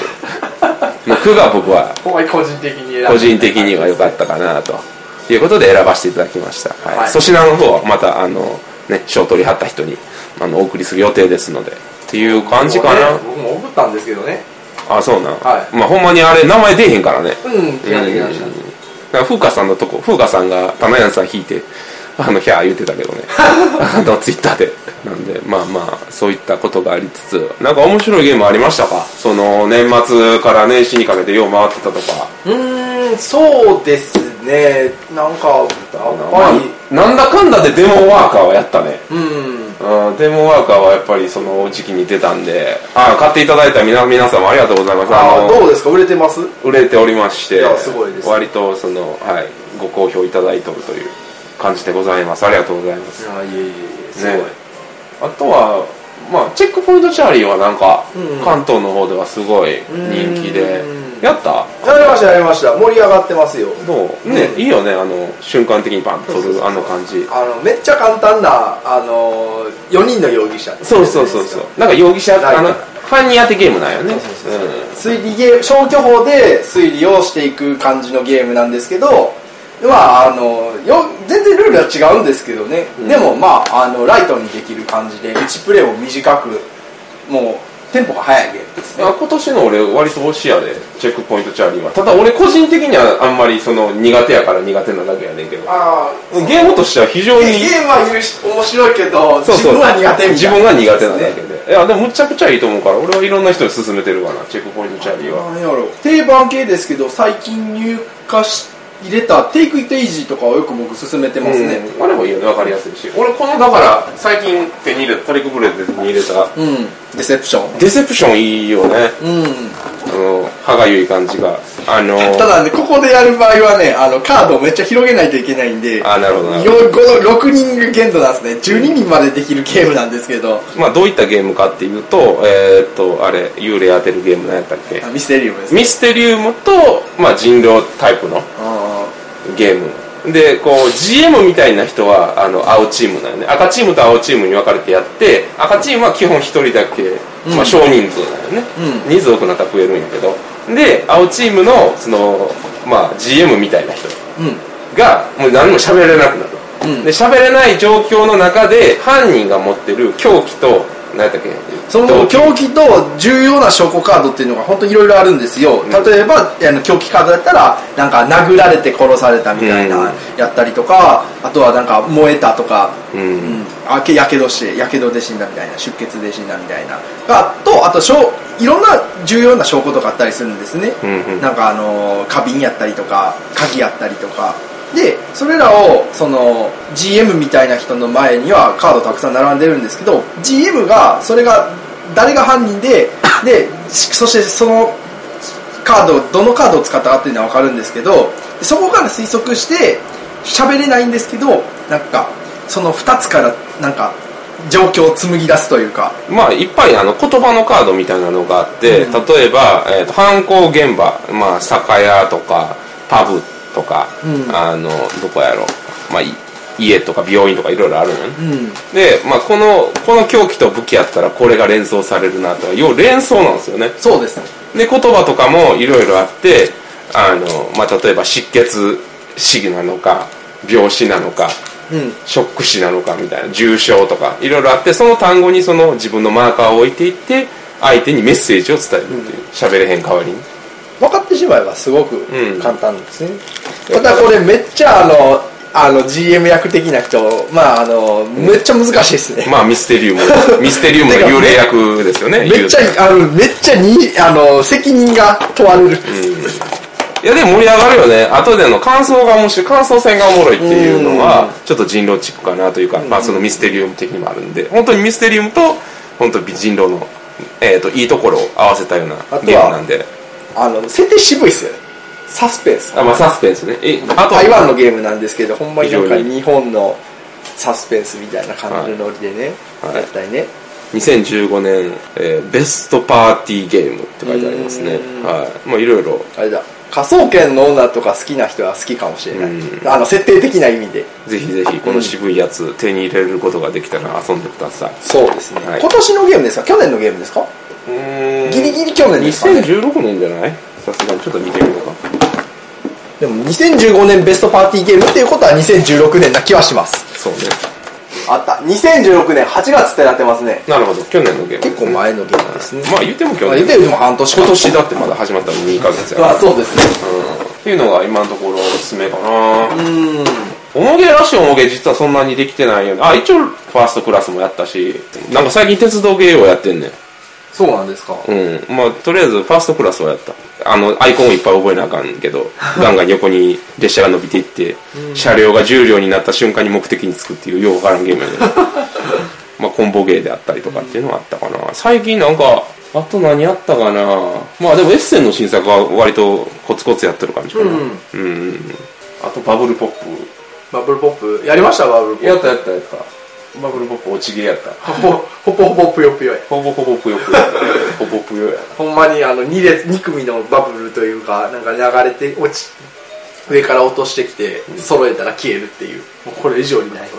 Speaker 2: の句が僕は
Speaker 3: ここは個人的に選んで
Speaker 2: 個人的には良かったかなということで選ばせていただきました、はい
Speaker 3: はい
Speaker 2: 粗品の方はまたあの、ね、賞取りはった人にあのお送りする予定ですのでっていう感じかな、
Speaker 3: 僕も送ったんですけどね
Speaker 2: あそうなん、
Speaker 3: はい
Speaker 2: まあほんまにあれ名前出えへんからね
Speaker 3: うん気ができました
Speaker 2: だから風花さんのとこ風花さんが棚谷さん引いてあのヒャー言ってたけ どねあのツイッターでなんでまあまあそういったことがありつつなんか面白いゲームありましたかその年末から年始にかけてよう回ってたとか
Speaker 3: うーんそうですねなんかやっぱり
Speaker 2: まあなんだかんだでデモワーカーはやったね、
Speaker 3: うん
Speaker 2: うん、デモワーカーはやっぱりその時期に出たんであ買っていただいた皆皆様ありがとうございます
Speaker 3: あ
Speaker 2: の
Speaker 3: どうですか売れてます
Speaker 2: 売れておりまして
Speaker 3: いやすごいです
Speaker 2: 割とその、はい、ご好評いただいておるという感じでございますありがとうございます
Speaker 3: いやいやいやす
Speaker 2: ねあとはまあチェックポイントチャーリーはなんか、
Speaker 3: うん
Speaker 2: 関東の方ではすごい人気で
Speaker 3: う
Speaker 2: やった
Speaker 3: やりましたやりました盛り上がってますよ
Speaker 2: どうね、
Speaker 3: うん
Speaker 2: いいよねあの瞬間的にパンと
Speaker 3: そうそう
Speaker 2: 取
Speaker 3: そ
Speaker 2: る
Speaker 3: う
Speaker 2: あの感じ
Speaker 3: あのめっちゃ簡単なあの4人の容疑者
Speaker 2: そうそうそうそうなんか容疑者
Speaker 3: ない
Speaker 2: あの
Speaker 3: ない
Speaker 2: 犯人当てゲームなんよね
Speaker 3: そうそうそう推理ゲーム消去法で推理をしていく感じのゲームなんですけどまああのよ全然ルールは違うんですけどね、でもまああのライトにできる感じで1プレイも短くもうテンポが速いゲームです
Speaker 2: うん
Speaker 3: ね
Speaker 2: あ今年の俺割と推しやでチェックポイントチャーリーはただ俺個人的にはあんまりその苦手やから苦手なだけやねんけど
Speaker 3: あ
Speaker 2: ゲームとしては非常に
Speaker 3: ゲームは有し面白いけど
Speaker 2: そうそう
Speaker 3: 自分は苦手みたいな
Speaker 2: 自分が苦手なだけでいやでもむちゃくちゃいいと思うから俺はいろんな人に勧めてるかなチェックポイントチャーリーは
Speaker 3: なんやろ定番系ですけど最近入荷し入れた「Take It Easy」とかをよく僕勧めてますね
Speaker 2: うんあれもいいよね分かりやすいし俺このだから最近手に入れたトリックブレーで手に入れた
Speaker 3: うん、デセプション
Speaker 2: デセプションいいよね
Speaker 3: うん
Speaker 2: あの歯がゆい感じが好きあのー
Speaker 3: ただね、ここでやる場合はね、あの、カードをめっちゃ広げないといけないんで、
Speaker 2: あなるほどなる
Speaker 3: よこの6人が限度なんですね。12人までできるゲームなんですけど、
Speaker 2: まあどういったゲームかっていうと、えーっと、あれ、幽霊当てるゲーム何やったっけ
Speaker 3: あミステリウムですね。
Speaker 2: ミステリウムと、まあ人狼タイプの
Speaker 3: あ
Speaker 2: ゲーム。で、こう、GM みたいな人は、あの、青チームだよね。赤チームと青チームに分かれてやって、赤チームは基本一人だけ、まあ少人数だよね。
Speaker 3: う
Speaker 2: 人数多くなったら増えるんやけど。で、青チームの、その、まあ GM みたいな人。
Speaker 3: ーうん。
Speaker 2: がもう何も喋れなくなる、
Speaker 3: うん
Speaker 2: で喋れない状況の中で犯人が持ってる凶器と何やったっけ
Speaker 3: そ
Speaker 2: 動
Speaker 3: の
Speaker 2: 機
Speaker 3: 狂気と重要な証拠カードっていうのが本当にいろいろあるんですよ、例えばあの狂気カードだったらなんか殴られて殺されたみたいな、
Speaker 2: うん
Speaker 3: やったりとかあとはなんか燃えたとか、
Speaker 2: うん
Speaker 3: うんあけやけどしてやけどで死んだみたいな出血で死んだみたいながとあとしょういろんな重要な証拠とかあったりするんですね、
Speaker 2: うんうん
Speaker 3: なんかあの花瓶やったりとか鍵やったりとかでそれらをその GM みたいな人の前にはカードたくさん並んでるんですけど GM がそれが誰が犯人ででしそしてそのカードどのカードを使ったかっていうのは分かるんですけどそこから推測して喋れないんですけどなんかその2つからなんか状況を紡ぎ出すというか
Speaker 2: まあいっぱいあの言葉のカードみたいなのがあって、例えば、えーと犯行現場、まあ、酒屋とかパブとか、
Speaker 3: うん
Speaker 2: あのどこやろ、まあ、い家とか病院とかいろいろあるのね、
Speaker 3: うん
Speaker 2: で、まあ、このこの凶器と武器やったらこれが連想されるなとか要は連想なんですよね
Speaker 3: そうですね
Speaker 2: で言葉とかもいろいろあってあの、まあ、例えば失血死なのか病死なのか
Speaker 3: うん
Speaker 2: ショック死なのかみたいな重症とかいろいろあってその単語にその自分のマーカーを置いていって相手にメッセージを伝えるっていう喋れへん代わりに
Speaker 3: 分かってしまえばすごく
Speaker 2: うん
Speaker 3: 簡単ですね、ただこれめっちゃあのあの GM 役的な人まああのめっちゃ難しいですね、
Speaker 2: まあミステリウムミステリウムの幽霊役ですよね
Speaker 3: めっち
Speaker 2: 言う
Speaker 3: ゃあのめっちゃにあの責任が問われる、
Speaker 2: といやでも盛り上がるよね後での感想が面白い感想戦がおもろいっていうのはちょっと人狼チックかなというか、まあ、そのミステリウム的にもあるんで本当にミステリウムと本当に人狼の、えー、といいところを合わせたようなゲームなんで
Speaker 3: あの設定渋いっすよねサスペンス
Speaker 2: あまあサスペンスねえあと
Speaker 3: 台湾のゲームなんですけどほんまになんか日本のサスペンスみたいな感じのノリでね、
Speaker 2: はい
Speaker 3: やったりね
Speaker 2: 2015年、えーベストパーティーゲームって書いてありますねはいまあいろいろ
Speaker 3: あれだ科捜研の女とか好きな人は好きかもしれない、あの設定的な意味で
Speaker 2: ぜひぜひこの渋いやつ手に入れることができたら遊んでください
Speaker 3: そうですね、
Speaker 2: はい
Speaker 3: 今年のゲームですか去年のゲームですか
Speaker 2: うーん
Speaker 3: ギリギリ去年ですかね
Speaker 2: 2016年じゃないさすがにちょっと見てみようか
Speaker 3: でも2015年ベストパーティーゲームっていうことは2016年な気はします
Speaker 2: そうね
Speaker 3: あった2016年8月ってなってますね
Speaker 2: なるほど去年のゲームですね
Speaker 3: 結構前のゲームですね、
Speaker 2: まあ言っても去
Speaker 3: まあ言
Speaker 2: 年
Speaker 3: うてるのも半年
Speaker 2: 今年だってまだ始まったの2ヶ月やから
Speaker 3: あそうですね
Speaker 2: うんっていうのが今のところおすすめかなうんおもげらしいおもげ実はそんなにできてないよねあ一応ファーストクラスもやったしなんか最近鉄道芸をやってんねん
Speaker 3: そうなんですか
Speaker 2: うんまあとりあえずファーストクラスはやったあのアイコンをいっぱい覚えなあかんけ どガンガン横に列車が伸びていって、車両が重量になった瞬間に目的につくっていうようわからんゲームや ねまあコンボゲーであったりとかっていうのはあったかな最近なんかあと何あったかなまあでもエッセンの新作は割とコツコツやってる感じかなうん、あとバブルポップ
Speaker 3: バブルポップやりましたバブルポッ
Speaker 2: やったやったやったバブルポップ落ちゲーやった
Speaker 3: プほぼほぼぷよぷよや
Speaker 2: ほぼほぼぷよぷ よやったほぼぷよやな
Speaker 3: ほんまにあの2列2組のバブルというかなんか流れて落ち上から落としてきて揃えたら消えるっていうもうこれ以上にない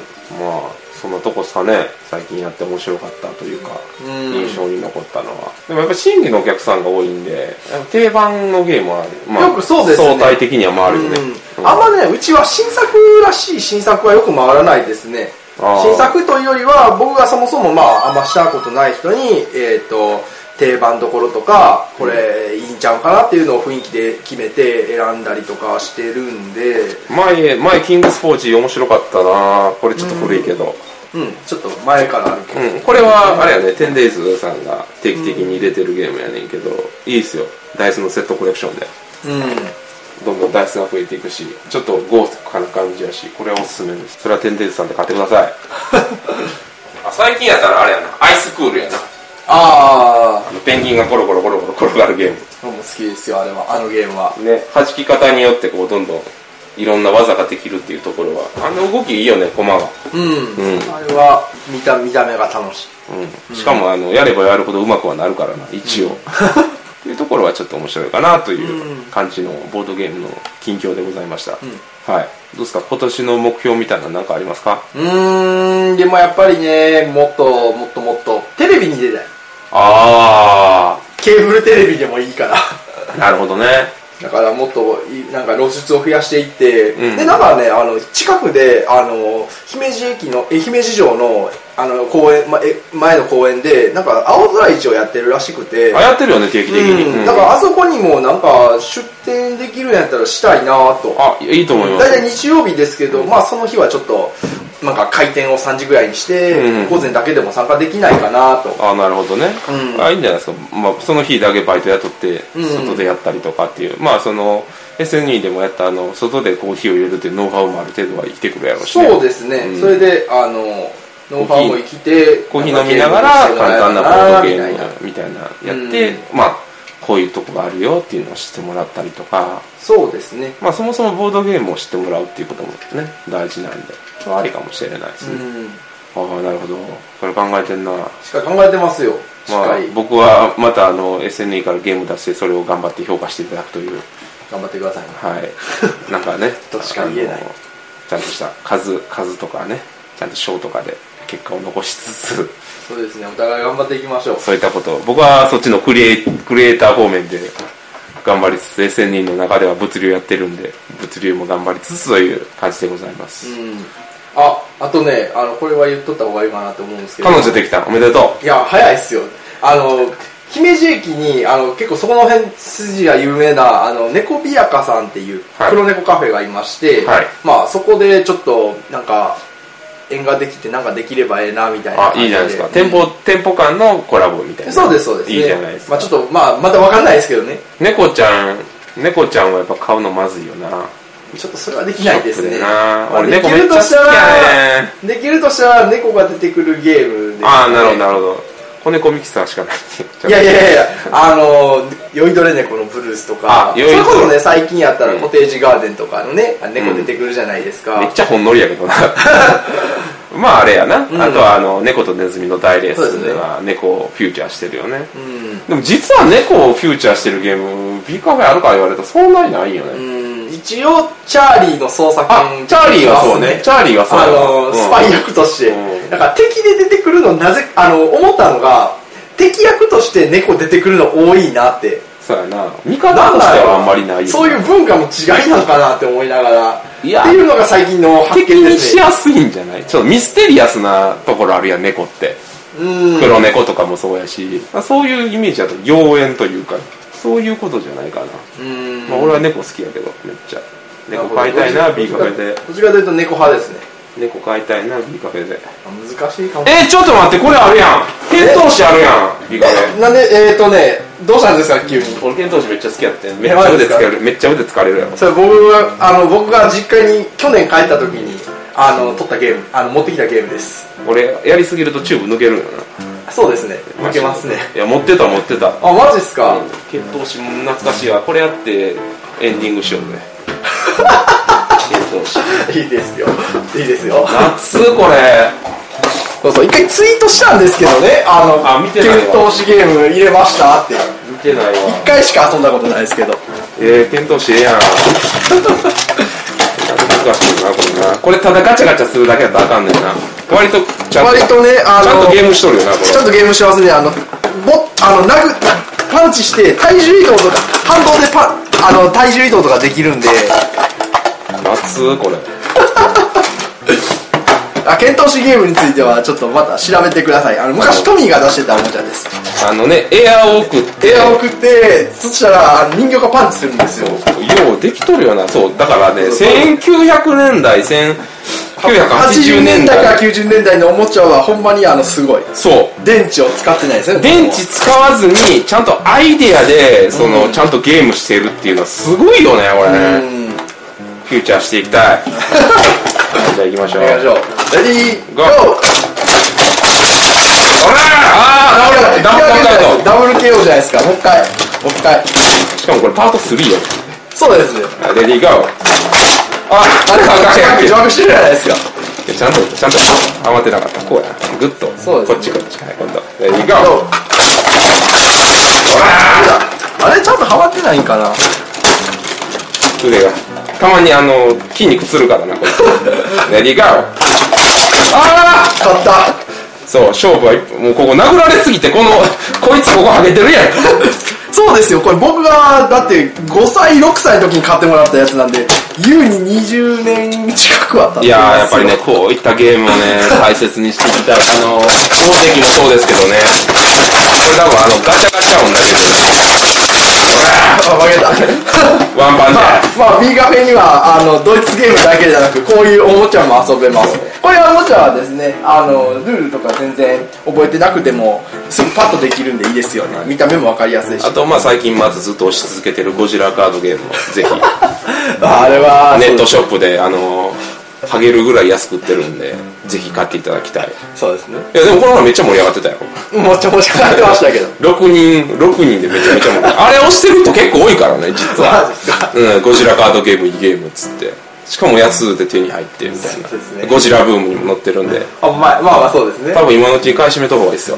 Speaker 2: まあそんなとこですかね最近やって面白かったというか、
Speaker 3: うん
Speaker 2: 印象に残ったのはでもやっぱ新規のお客さんが多いんでやっぱ定番のゲームはある、まあ、
Speaker 3: よくそうですね
Speaker 2: 相対的には回るよね、
Speaker 3: うん、あんまねうちは新作らしい新作はよく回らないですね
Speaker 2: あー
Speaker 3: 新作というよりは僕がそもそもまああんましたことない人にえっ、と定番どころとかこれいいんちゃうかなっていうのを雰囲気で決めて選んだりとかしてるんで
Speaker 2: 前前キングスポーチ面白かったなこれちょっと古いけど、
Speaker 3: うんちょっと前からあるけ
Speaker 2: う
Speaker 3: ど、
Speaker 2: んこれはあれやね 10days さんが定期的に入れてるゲームやねんけど、いいっすよダイスのセットコレクションで
Speaker 3: うん
Speaker 2: どんどんダイスが増えていくしちょっと豪華な感じやしこれはおすすめですそれはテンデイズさんで買ってくださいあ最近やったらあれやなアイスクールやな
Speaker 3: あ
Speaker 2: ペンギンがコロコロコロコロ転がるゲーム
Speaker 3: あもう好きですよ、あれは、あのゲームは。
Speaker 2: ね、弾き方によってこうどんどんいろんな技ができるっていうところはあの動きいいよね駒が、
Speaker 3: うん。あれは、見た、見た目が楽しい。
Speaker 2: うん、しかもあのやればやるほどうまくはなるからな一応、っていうところはちょっと面白いかなという感じのボードゲームの近況でございました、はいどうですか今年の目標みたいなの何かありますか
Speaker 3: うーん、でもやっぱりね、もっと、もっともっと、テレビに出たい。
Speaker 2: あ
Speaker 3: ケーブルテレビでもいいから。
Speaker 2: あなるほどね
Speaker 3: だからもっといなんか露出を増やしていって、
Speaker 2: うん
Speaker 3: でなんかねあの近くであの姫路駅のえ姫路城のあの公園、ま、え前の公園でなんか青空市をやってるらしくて、
Speaker 2: あやってるよね定期的に、
Speaker 3: う、
Speaker 2: うんん
Speaker 3: だからあそこにもなんか出店できるんやったらしたいなと
Speaker 2: あいいと思います
Speaker 3: 大体日曜日ですけど、まあその日はちょっとなんか開店を3時ぐらいにして、
Speaker 2: うん
Speaker 3: 午前だけでも参加できないかなと
Speaker 2: あなるほどね、
Speaker 3: うん
Speaker 2: あいいんじゃないですか、まあ、その日だけバイト雇って
Speaker 3: うん
Speaker 2: 外でやったりとかっていう、まあその SNE でもやったあの外でコーヒーを入れるっていうノウハウもある程度は生きてくるやろうし、ね、
Speaker 3: そうですね、
Speaker 2: うん
Speaker 3: それであのノウハウも生きて
Speaker 2: コーヒー飲みながら簡単なボードゲー
Speaker 3: み
Speaker 2: ム
Speaker 3: たい
Speaker 2: や
Speaker 3: な
Speaker 2: みたいなやって、まあこういうとこがあるよっていうのを知ってもらったりとか、
Speaker 3: そうですね
Speaker 2: まあ、そもそもボードゲームを知ってもらうっていうこともね大事なんでそれはありかもしれないです
Speaker 3: う
Speaker 2: ね、
Speaker 3: ん
Speaker 2: ああなるほどそれ考えてんな
Speaker 3: しっかり考えてますよしっ
Speaker 2: ま
Speaker 3: か
Speaker 2: あ
Speaker 3: り、、
Speaker 2: 僕はまたあの SNE からゲーム出してそれを頑張って評価していただくという
Speaker 3: 頑張ってくださいね
Speaker 2: はいなんかね
Speaker 3: どっちか言えない
Speaker 2: あのちゃんとした数数とかねちゃんと賞とかで結果を残しつつ
Speaker 3: そうですねお互い頑張っていきましょう
Speaker 2: そういったことを僕はそっちのクリエイクリエイター方面で頑張りつつ SNE の中では物流やってるんで物流も頑張りつつという感じでございます、
Speaker 3: うんああとねあのこれは言っとった方がいいかなと思うんですけど
Speaker 2: 彼女できたおめでと
Speaker 3: いや早いっすよあの姫路駅にあの結構そこの辺筋が有名なあの猫ビアカさんっていう
Speaker 2: はい
Speaker 3: 黒猫カフェがいまして、
Speaker 2: はい
Speaker 3: まあそこでちょっとなんか縁ができてなんかできればええなみたいうな
Speaker 2: あ
Speaker 3: 感
Speaker 2: いいじゃないですか、店舗店舗間のコラボみたいな
Speaker 3: そうですそうです、
Speaker 2: いいじゃないですか
Speaker 3: まあちょっとまあまだわかんないですけどね
Speaker 2: 猫ちゃん猫ちゃんはやっぱ買うのまずいよな
Speaker 3: ちょっとそれはできないですね。
Speaker 2: ショックだな
Speaker 3: まあ
Speaker 2: 俺
Speaker 3: でき
Speaker 2: 猫め
Speaker 3: る
Speaker 2: っち
Speaker 3: と
Speaker 2: ゃ
Speaker 3: した
Speaker 2: 好きや
Speaker 3: ら、できるとしたら猫が出てくるゲームです、ね。
Speaker 2: ああなるほどなるほど子猫ミキサーしかない
Speaker 3: いやいやいやいや、あの、酔いどれ猫のブルースとか、
Speaker 2: あ
Speaker 3: そ
Speaker 2: 酔いど
Speaker 3: れ
Speaker 2: れ
Speaker 3: こそね、最近やった
Speaker 2: う
Speaker 3: ら
Speaker 2: ん
Speaker 3: コテージガーデンとかのね、あ猫出てくるじゃないですか。
Speaker 2: めっちゃほんのりやけ どなまああれやな、
Speaker 3: ん
Speaker 2: あとはあの猫とネズミの大レー
Speaker 3: そう
Speaker 2: ス
Speaker 3: で
Speaker 2: です
Speaker 3: ね
Speaker 2: は猫をフューチャーしてるよね
Speaker 3: うん。
Speaker 2: でも実は猫をフューチャーしてるゲーム B カフェあるか言われたらそんなにないよね、
Speaker 3: うん一応、チャーリーの捜査
Speaker 2: あ
Speaker 3: 権。
Speaker 2: チャーリーはそうねチャーリーはそう
Speaker 3: あの、
Speaker 2: うん
Speaker 3: スパイ役として。
Speaker 2: うん
Speaker 3: だから敵で出てくるの、なぜ、あの、思ったのが、敵役として猫出てくるの多いなって。
Speaker 2: そうやな味方としてはあんまりないよね
Speaker 3: そういう文化も違いなのかなって思いながら。
Speaker 2: いや
Speaker 3: っていうのが最近の発
Speaker 2: 敵
Speaker 3: 見で
Speaker 2: に
Speaker 3: す
Speaker 2: し
Speaker 3: ね。
Speaker 2: やすいんじゃないちょっとミステリアスなところあるやん猫って
Speaker 3: うん。
Speaker 2: 黒猫とかもそうやし、まあそういうイメージだと妖艶というかそういうことじゃないかな、
Speaker 3: うん
Speaker 2: まあ、俺は猫好きやけどめっちゃ猫飼いたいな B カフェで
Speaker 3: どっちかというと猫派ですね。
Speaker 2: 猫飼いたいな B カフェで
Speaker 3: 難しいかも。
Speaker 2: えー、ちょっと待ってこれあるやん遣唐使あるやん B カフェ
Speaker 3: なんで、えっ、ー、とね、どうしたんですか、急に。
Speaker 2: 俺遣唐使めっちゃ好きやってんめっち
Speaker 3: やば
Speaker 2: ゃ
Speaker 3: いで
Speaker 2: 腕
Speaker 3: す
Speaker 2: 疲
Speaker 3: か
Speaker 2: れるめっちゃ腕疲れるやろ
Speaker 3: それ僕が、あの、僕が実家に去年帰った時に、あの、撮ったゲーム、あの、持ってきたゲームです。
Speaker 2: 俺やりすぎるとチューブ抜けるんよな
Speaker 3: そうですね。負けますね。
Speaker 2: いや持ってた持ってた
Speaker 3: あ、マジっすか、
Speaker 2: 遣唐使も懐かしいわこれやってエンディングしようぜ遣唐使
Speaker 3: いいです よ。いいですよ。
Speaker 2: 夏これ
Speaker 3: そうそう、一回ツイートしたんですけどね、あの、
Speaker 2: あ見てないわ
Speaker 3: 検討士ゲーム入れましたって。
Speaker 2: 見てないわ
Speaker 3: 一回しか遊んだことないですけど。
Speaker 2: えー、検討しええやん。難しいな、これな。これただガチャガチャするだけだとあかんねんな。割と、ちゃんと、
Speaker 3: 割とね、あ
Speaker 2: ちゃん
Speaker 3: の、
Speaker 2: とゲームしとるよな、こ
Speaker 3: ちょっとゲームしますね、あの、ぼ、あの、殴パンチして、体重移動とか、反動でパン、あの、体重移動とかできるんで、
Speaker 2: れ。夏、これ。
Speaker 3: あ、検討士ゲームについては、ちょっとまた調べてください。あの、昔トミーが出してたおもちゃです。
Speaker 2: あのね、エアーを送って、
Speaker 3: エアを送って、そしたら、あの人形がパンチするんですよ。
Speaker 2: ようできとるよな。そう、だからね、1900年代、1980
Speaker 3: 80
Speaker 2: 年
Speaker 3: 年代から
Speaker 2: 代。
Speaker 3: 90年代のおもちゃは、ほんまにあの、すごい。
Speaker 2: そう。
Speaker 3: 電池を使ってないですね。
Speaker 2: 電池使わずに、ちゃんとアイデアで、その、ちゃんとゲームしてるっていうのはすごいよね、これ
Speaker 3: う
Speaker 2: ね。
Speaker 3: ん。
Speaker 2: フューチャーしていき たい。はいじゃあ行きましょう。
Speaker 3: 行きましょう。レディー、ゴー
Speaker 2: あーダブルダブルダブル
Speaker 3: ダブル KO じゃないですか。もう一回。もう一回。
Speaker 2: しかもこれパート3よ。
Speaker 3: そうですね。
Speaker 2: はいレディーゴー。あ、あれ
Speaker 3: か
Speaker 2: か
Speaker 3: け
Speaker 2: け
Speaker 3: な
Speaker 2: な
Speaker 3: き
Speaker 2: き
Speaker 3: ゃ。
Speaker 2: ゃ。
Speaker 3: してるじゃないですか。
Speaker 2: ちゃんと、ちゃんと、余ってなかった。こうや。グッと。
Speaker 3: そうですね
Speaker 2: こっちこっち。はい、今度。レディーゴー。
Speaker 3: どう
Speaker 2: ほら
Speaker 3: あれちゃんとハマってないんかな
Speaker 2: ー腕が。たまにあの、筋肉つるからな、こ れ。レディーゴー。あー
Speaker 3: 勝った
Speaker 2: そう、勝負は一本。もうここ殴られすぎて、こ の、こいつここハゲてるやん。
Speaker 3: そうですよ、これ僕が、だって5歳、6歳の時に買ってもらったやつなんで、優に20年近くは経ってます
Speaker 2: いやー、やっぱりね、こういったゲームをね、大切にしていきたい。あの、宝石もそうですけどね。これ多分あの、ガチャガチャ音大丈
Speaker 3: あ、負けた。
Speaker 2: 夫。ワンパンで。
Speaker 3: まあ、B カフェには、あの、ドイツゲームだけじゃなく、こういうおもちゃも遊べます。これはおもちゃはですね、あの、ルールとか全然覚えてなくても、すぐパッとできるんでいいですよね。見た目もわかりやすいし
Speaker 2: あ。と、まあ最近まずずっと押し続けてるゴジラカードゲームをぜ ひ、
Speaker 3: あれは、
Speaker 2: ネットショップで、あの、ハゲるぐらい安く売ってるんで、ぜひ買っていただきたい。
Speaker 3: そうですね。
Speaker 2: いや、でもこの前めっちゃ盛り上がってたよ。
Speaker 3: もちもちかってましたけど。
Speaker 2: 6人、六人でめちゃめちゃ盛り上がってあれ押してる人結構多いからね、実は
Speaker 3: マジか。
Speaker 2: うん、ゴジラカードゲームいいゲームっつって。しかも安で手に入ってみたいな
Speaker 3: そうです。ね
Speaker 2: ゴジラブームにも乗ってるんで。
Speaker 3: あ、まあ、まあまあそうですね。
Speaker 2: 多分今のうちに買い占めた方がいいですよ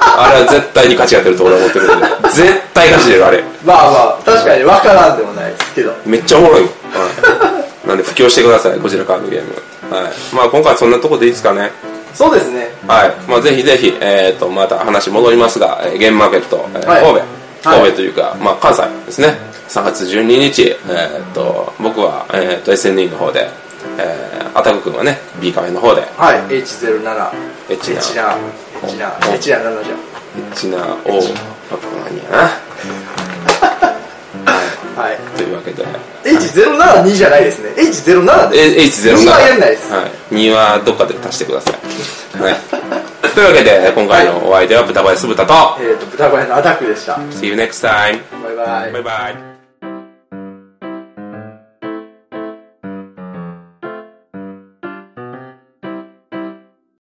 Speaker 2: あれは絶対に勝ちが出ると俺は思ってるんで絶対勝ち出るあれ
Speaker 3: まあまあ、確かにわからんでもないですけど。
Speaker 2: めっちゃおもろいよ、はい、なんで布教してくださいこちらカードゲームはいまあ今回はそんなとこでいいですかね
Speaker 3: そうですね。
Speaker 2: はいまあぜひぜひえっ、とまた話戻りますが、えーゲームマーケット、えー
Speaker 3: はい
Speaker 2: 神戸
Speaker 3: はい
Speaker 2: 神戸というか、まあ関西ですね3月12日えっ、と僕は、えー、と SNE の方でえー、アタク君はね B カフェの方で
Speaker 3: はい、H07。H7。
Speaker 2: H7
Speaker 3: H7。H7 じゃん。
Speaker 2: チナをやっぱ何やな
Speaker 3: はい。
Speaker 2: というわけで
Speaker 3: H072 じゃないですね。H07 です。
Speaker 2: え H07
Speaker 3: 二はやんないです
Speaker 2: はい、2はどっかで足してください、はい、というわけで今回のお相手は豚林酢豚と
Speaker 3: えっ、ー、と、豚小屋のアタックでした。
Speaker 2: See you next time
Speaker 3: バイバイ
Speaker 2: バイ。バイ